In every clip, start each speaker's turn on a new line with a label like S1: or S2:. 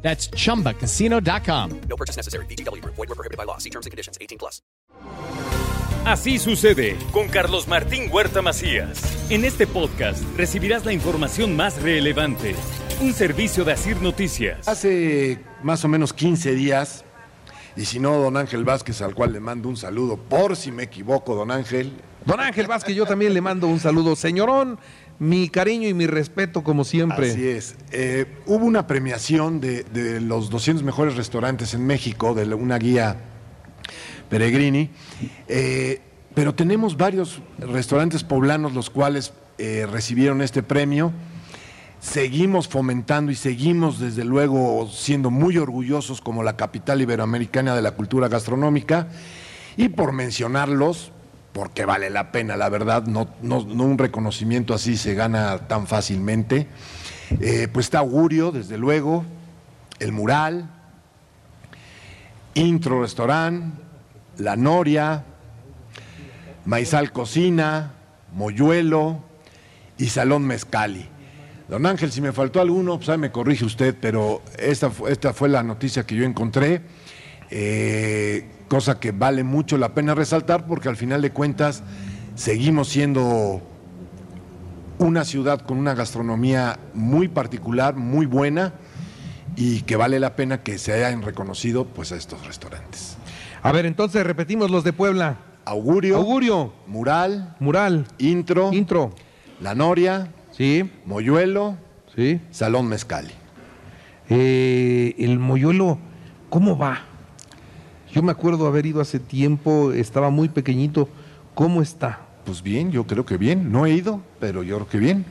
S1: That's chumbacasino.com.
S2: No purchase necessary. BGW. Void were prohibited by law. See terms and conditions. 18 plus.
S3: Así sucede con Carlos Martín Huerta Macías. En este podcast recibirás la información más relevante. Un servicio de Asir Noticias.
S4: Hace más o menos 15 días, y si no, don Ángel Vázquez, al cual le mando un saludo, por si me equivoco, don Ángel.
S5: Don Ángel Vázquez, yo también le mando un saludo. Señorón, mi cariño y mi respeto como siempre.
S4: Así es. Eh, hubo una premiación de, de los 200 mejores restaurantes en México, de la- una guía Peregrini, eh, pero tenemos varios restaurantes poblanos los cuales eh, recibieron este premio. Seguimos fomentando y seguimos, desde luego, siendo muy orgullosos como la capital iberoamericana de la cultura gastronómica. Y por mencionarlos, porque vale la pena, la verdad, no, no- no un reconocimiento así se gana tan fácilmente. Eh, pues está Augurio, desde luego, El Mural, Intro Restaurant, La Noria, Maizal Cocina, Moyuelo y Salón Mezcali. Don Ángel, si me faltó alguno, pues ahí me corrige usted, pero esta, fu- esta fue la noticia que yo encontré, eh, cosa que vale mucho la pena resaltar porque al final de cuentas seguimos siendo una ciudad con una gastronomía muy particular, muy buena y que vale la pena que se hayan reconocido pues a estos restaurantes.
S5: A ver, entonces repetimos los de Puebla.
S4: Augurio,
S5: Augurio,
S4: Mural,
S5: Mural,
S4: Intro,
S5: Intro.
S4: La Noria,
S5: Sí,
S4: Moyuelo,
S5: sí.
S4: Salón Mezcali.
S5: Eh, el Moyuelo, ¿cómo va? Yo me acuerdo haber ido hace tiempo, estaba muy pequeñito. ¿Cómo está?
S4: Pues bien, yo creo que bien. No he ido, pero yo creo que bien.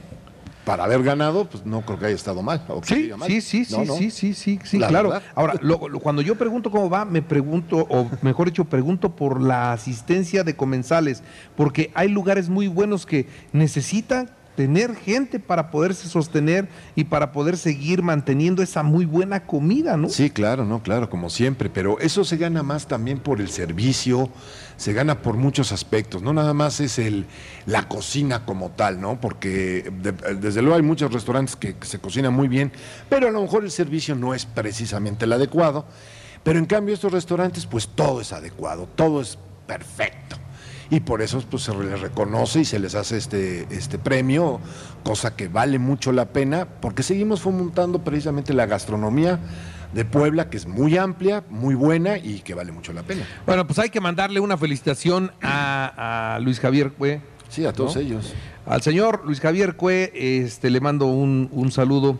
S4: Para haber ganado, pues no creo que haya estado mal. o que
S5: Sí,
S4: diga mal.
S5: sí, sí, sí,
S4: No, no.
S5: sí, sí, sí, sí,
S4: La
S5: claro.
S4: verdad.
S5: Ahora, lo- lo- cuando yo pregunto cómo va, me pregunto, o mejor dicho, pregunto por la asistencia de comensales, porque hay lugares muy buenos que necesitan tener gente para poderse sostener y para poder seguir manteniendo esa muy buena comida, ¿no?
S4: Sí, claro, no, claro, como siempre, pero eso se gana más también por el servicio, se gana por muchos aspectos, no nada más es el la cocina como tal, ¿no? Porque de- desde luego hay muchos restaurantes que, que se cocinan muy bien, pero a lo mejor el servicio no es precisamente el adecuado, pero en cambio estos restaurantes pues todo es adecuado, todo es perfecto. Y por eso pues, se les reconoce y se les hace este, este premio, cosa que vale mucho la pena, porque seguimos fomentando precisamente la gastronomía de Puebla, que es muy amplia, muy buena y que vale mucho la pena.
S5: Bueno, pues hay que mandarle una felicitación a, a Luis Javier Cue.
S4: Sí, a todos
S5: ¿no?
S4: ellos.
S5: Al señor Luis Javier Cue, este, le mando un, un saludo.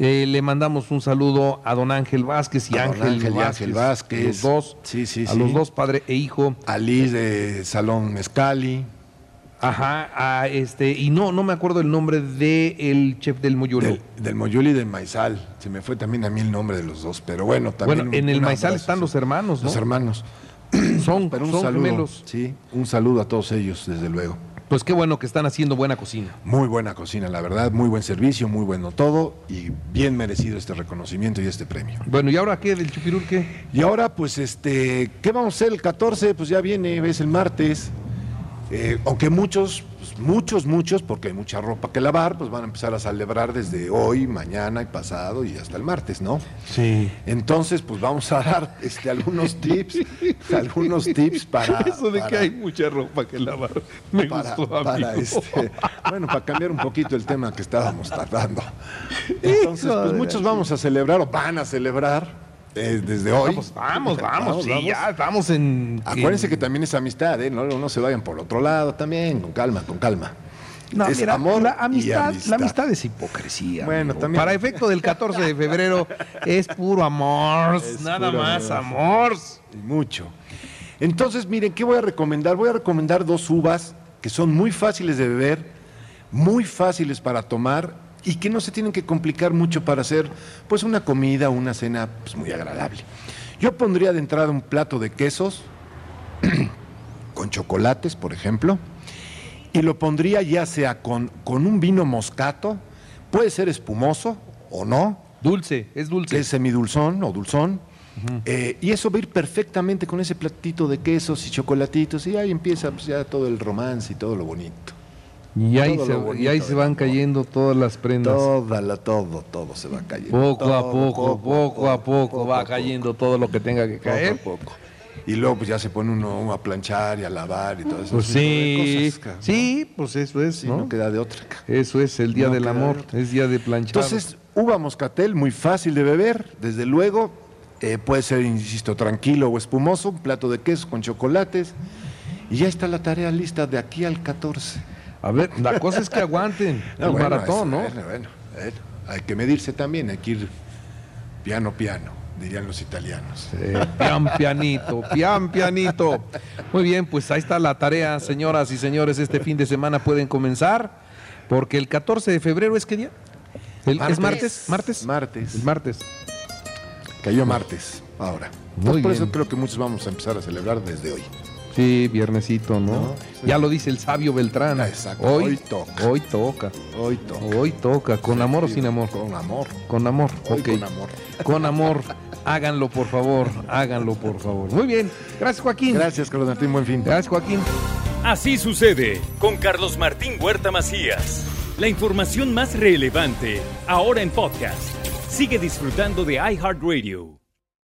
S5: Eh, le mandamos un saludo a don Ángel Vázquez y
S4: A don
S5: Ángel,
S4: Ángel y
S5: Vázquez,
S4: Ángel
S5: A
S4: Vázquez.
S5: los dos.
S4: Sí, sí,
S5: A
S4: sí.
S5: los dos, padre e hijo.
S4: A Liz de Salón Mezcali,
S5: Ajá, a este, y no, no me acuerdo el nombre del el chef del Moyuelo.
S4: del, del Moyuli y del Maizal. Se me fue también a mí el nombre de los dos, pero bueno, también.
S5: bueno,
S4: un-
S5: en el
S4: un
S5: Maizal
S4: abrazo,
S5: están
S4: sí.
S5: los hermanos, ¿no?
S4: Los hermanos.
S5: Son,
S4: Pero un
S5: son
S4: saludo.
S5: gemelos.
S4: Sí, un saludo a todos ellos, desde luego.
S5: Pues qué bueno que están haciendo buena cocina.
S4: Muy buena cocina, la verdad, muy buen servicio, muy bueno todo y bien merecido este reconocimiento y este premio.
S5: Bueno, ¿y ahora qué del Chupirul qué?
S4: Y ahora, pues, este, ¿qué vamos a hacer el 14? Pues ya viene, es el martes. Eh, aunque muchos, pues, muchos, muchos, porque hay mucha ropa que lavar, pues van a empezar a celebrar desde hoy, mañana y pasado y hasta el martes, ¿no?
S5: Sí.
S4: Entonces, pues vamos a dar este, algunos tips, algunos tips para...
S5: Eso de que
S4: para-
S5: hay mucha ropa que lavar. Me
S4: para,
S5: gustó a
S4: para, este, bueno, para cambiar un poquito el tema que estábamos tratando. Entonces, pues muchos vamos a celebrar o van a celebrar eh, desde hoy.
S5: Vamos, vamos, vamos, sí,
S4: vamos.
S5: ya estamos en.
S4: Acuérdense
S5: en-
S4: que también es amistad, ¿eh? No, no se vayan por otro lado también, con calma, con calma.
S5: No,
S4: es
S5: mira,
S4: amor
S5: la
S4: y
S5: amistad, la
S4: amistad.
S5: amistad es hipocresía.
S4: Bueno,
S5: amigo.
S4: también.
S5: Para efecto del 14 de febrero es puro amor,
S4: Es
S5: nada
S4: puro
S5: más
S4: amor.
S5: amor.
S4: Y mucho. Entonces, miren, ¿qué voy a recomendar? Voy a recomendar dos uvas que son muy fáciles de beber, muy fáciles para tomar y que no se tienen que complicar mucho para hacer pues una comida o una cena pues, muy agradable. Yo pondría de entrada un plato de quesos, con chocolates, por ejemplo, y lo pondría ya sea con, con un vino moscato, puede ser espumoso o no,
S5: Dulce, es dulce.
S4: que es semidulzón o dulzón. eh, y eso va a ir perfectamente con ese platito de quesos y chocolatitos y ahí empieza pues, ya todo el romance y todo lo bonito.
S5: y ahí,
S4: todo
S5: se,
S4: lo bonito
S5: y ahí
S4: de
S5: se van
S4: amor.
S5: cayendo todas las prendas.
S4: Toda la, todo, todo se va cayendo.
S5: Poco a
S4: Todo,
S5: poco, poco ¿Eh? a poco va
S4: poco,
S5: cayendo todo lo que tenga que
S4: poco a
S5: caer.
S4: poco. Y luego pues, ya se pone uno a planchar y a lavar y todo eso.
S5: Pues sí,
S4: cosas, sí,
S5: sí, pues eso es,
S4: ¿no?
S5: ¿no?
S4: queda de otra. ca-
S5: Eso es el día
S4: No
S5: del
S4: queda
S5: amor,
S4: otra.
S5: es día de planchado.
S4: Entonces, uva moscatel, muy fácil de beber, desde luego. eh, puede ser, insisto, tranquilo o espumoso, un plato de queso con chocolates. Y ya está la tarea lista de aquí al 14.
S5: a ver, la cosa es que aguanten
S4: No,
S5: el
S4: Ah, bueno, es-
S5: maratón, ¿no?
S4: Bueno, bueno, bueno. hay que medirse también, hay que ir piano piano, dirían los italianos.
S5: Eh, pian pianito, pian pianito. Muy bien, pues ahí está la tarea, señoras y señores. Este fin de semana pueden comenzar, porque el 14 de febrero es qué día? El- ¿Es martes? ¿Martes?
S4: Martes.
S5: El martes.
S4: Cayó martes, ahora.
S5: Muy
S4: Entonces, por
S5: bien.
S4: eso creo que muchos vamos a empezar a celebrar desde hoy.
S5: Sí, viernesito, ¿no?
S4: No, sí.
S5: Ya lo dice el sabio Beltrán.
S4: Ah, exacto. Hoy toca.
S5: Hoy toca.
S4: Hoy toca.
S5: Hoy toca. ¿Con amor o sin amor?
S4: Con amor.
S5: Con amor,
S4: Hoy
S5: ok.
S4: con amor.
S5: Con amor. Háganlo, por favor. Háganlo, por favor. Muy bien. Gracias, Joaquín.
S4: Gracias, Carlos Martín. Buen fin.
S5: Gracias, Joaquín.
S3: Así sucede con Carlos Martín Huerta Macías. La información más relevante ahora en podcast. Sigue disfrutando de iHeartRadio.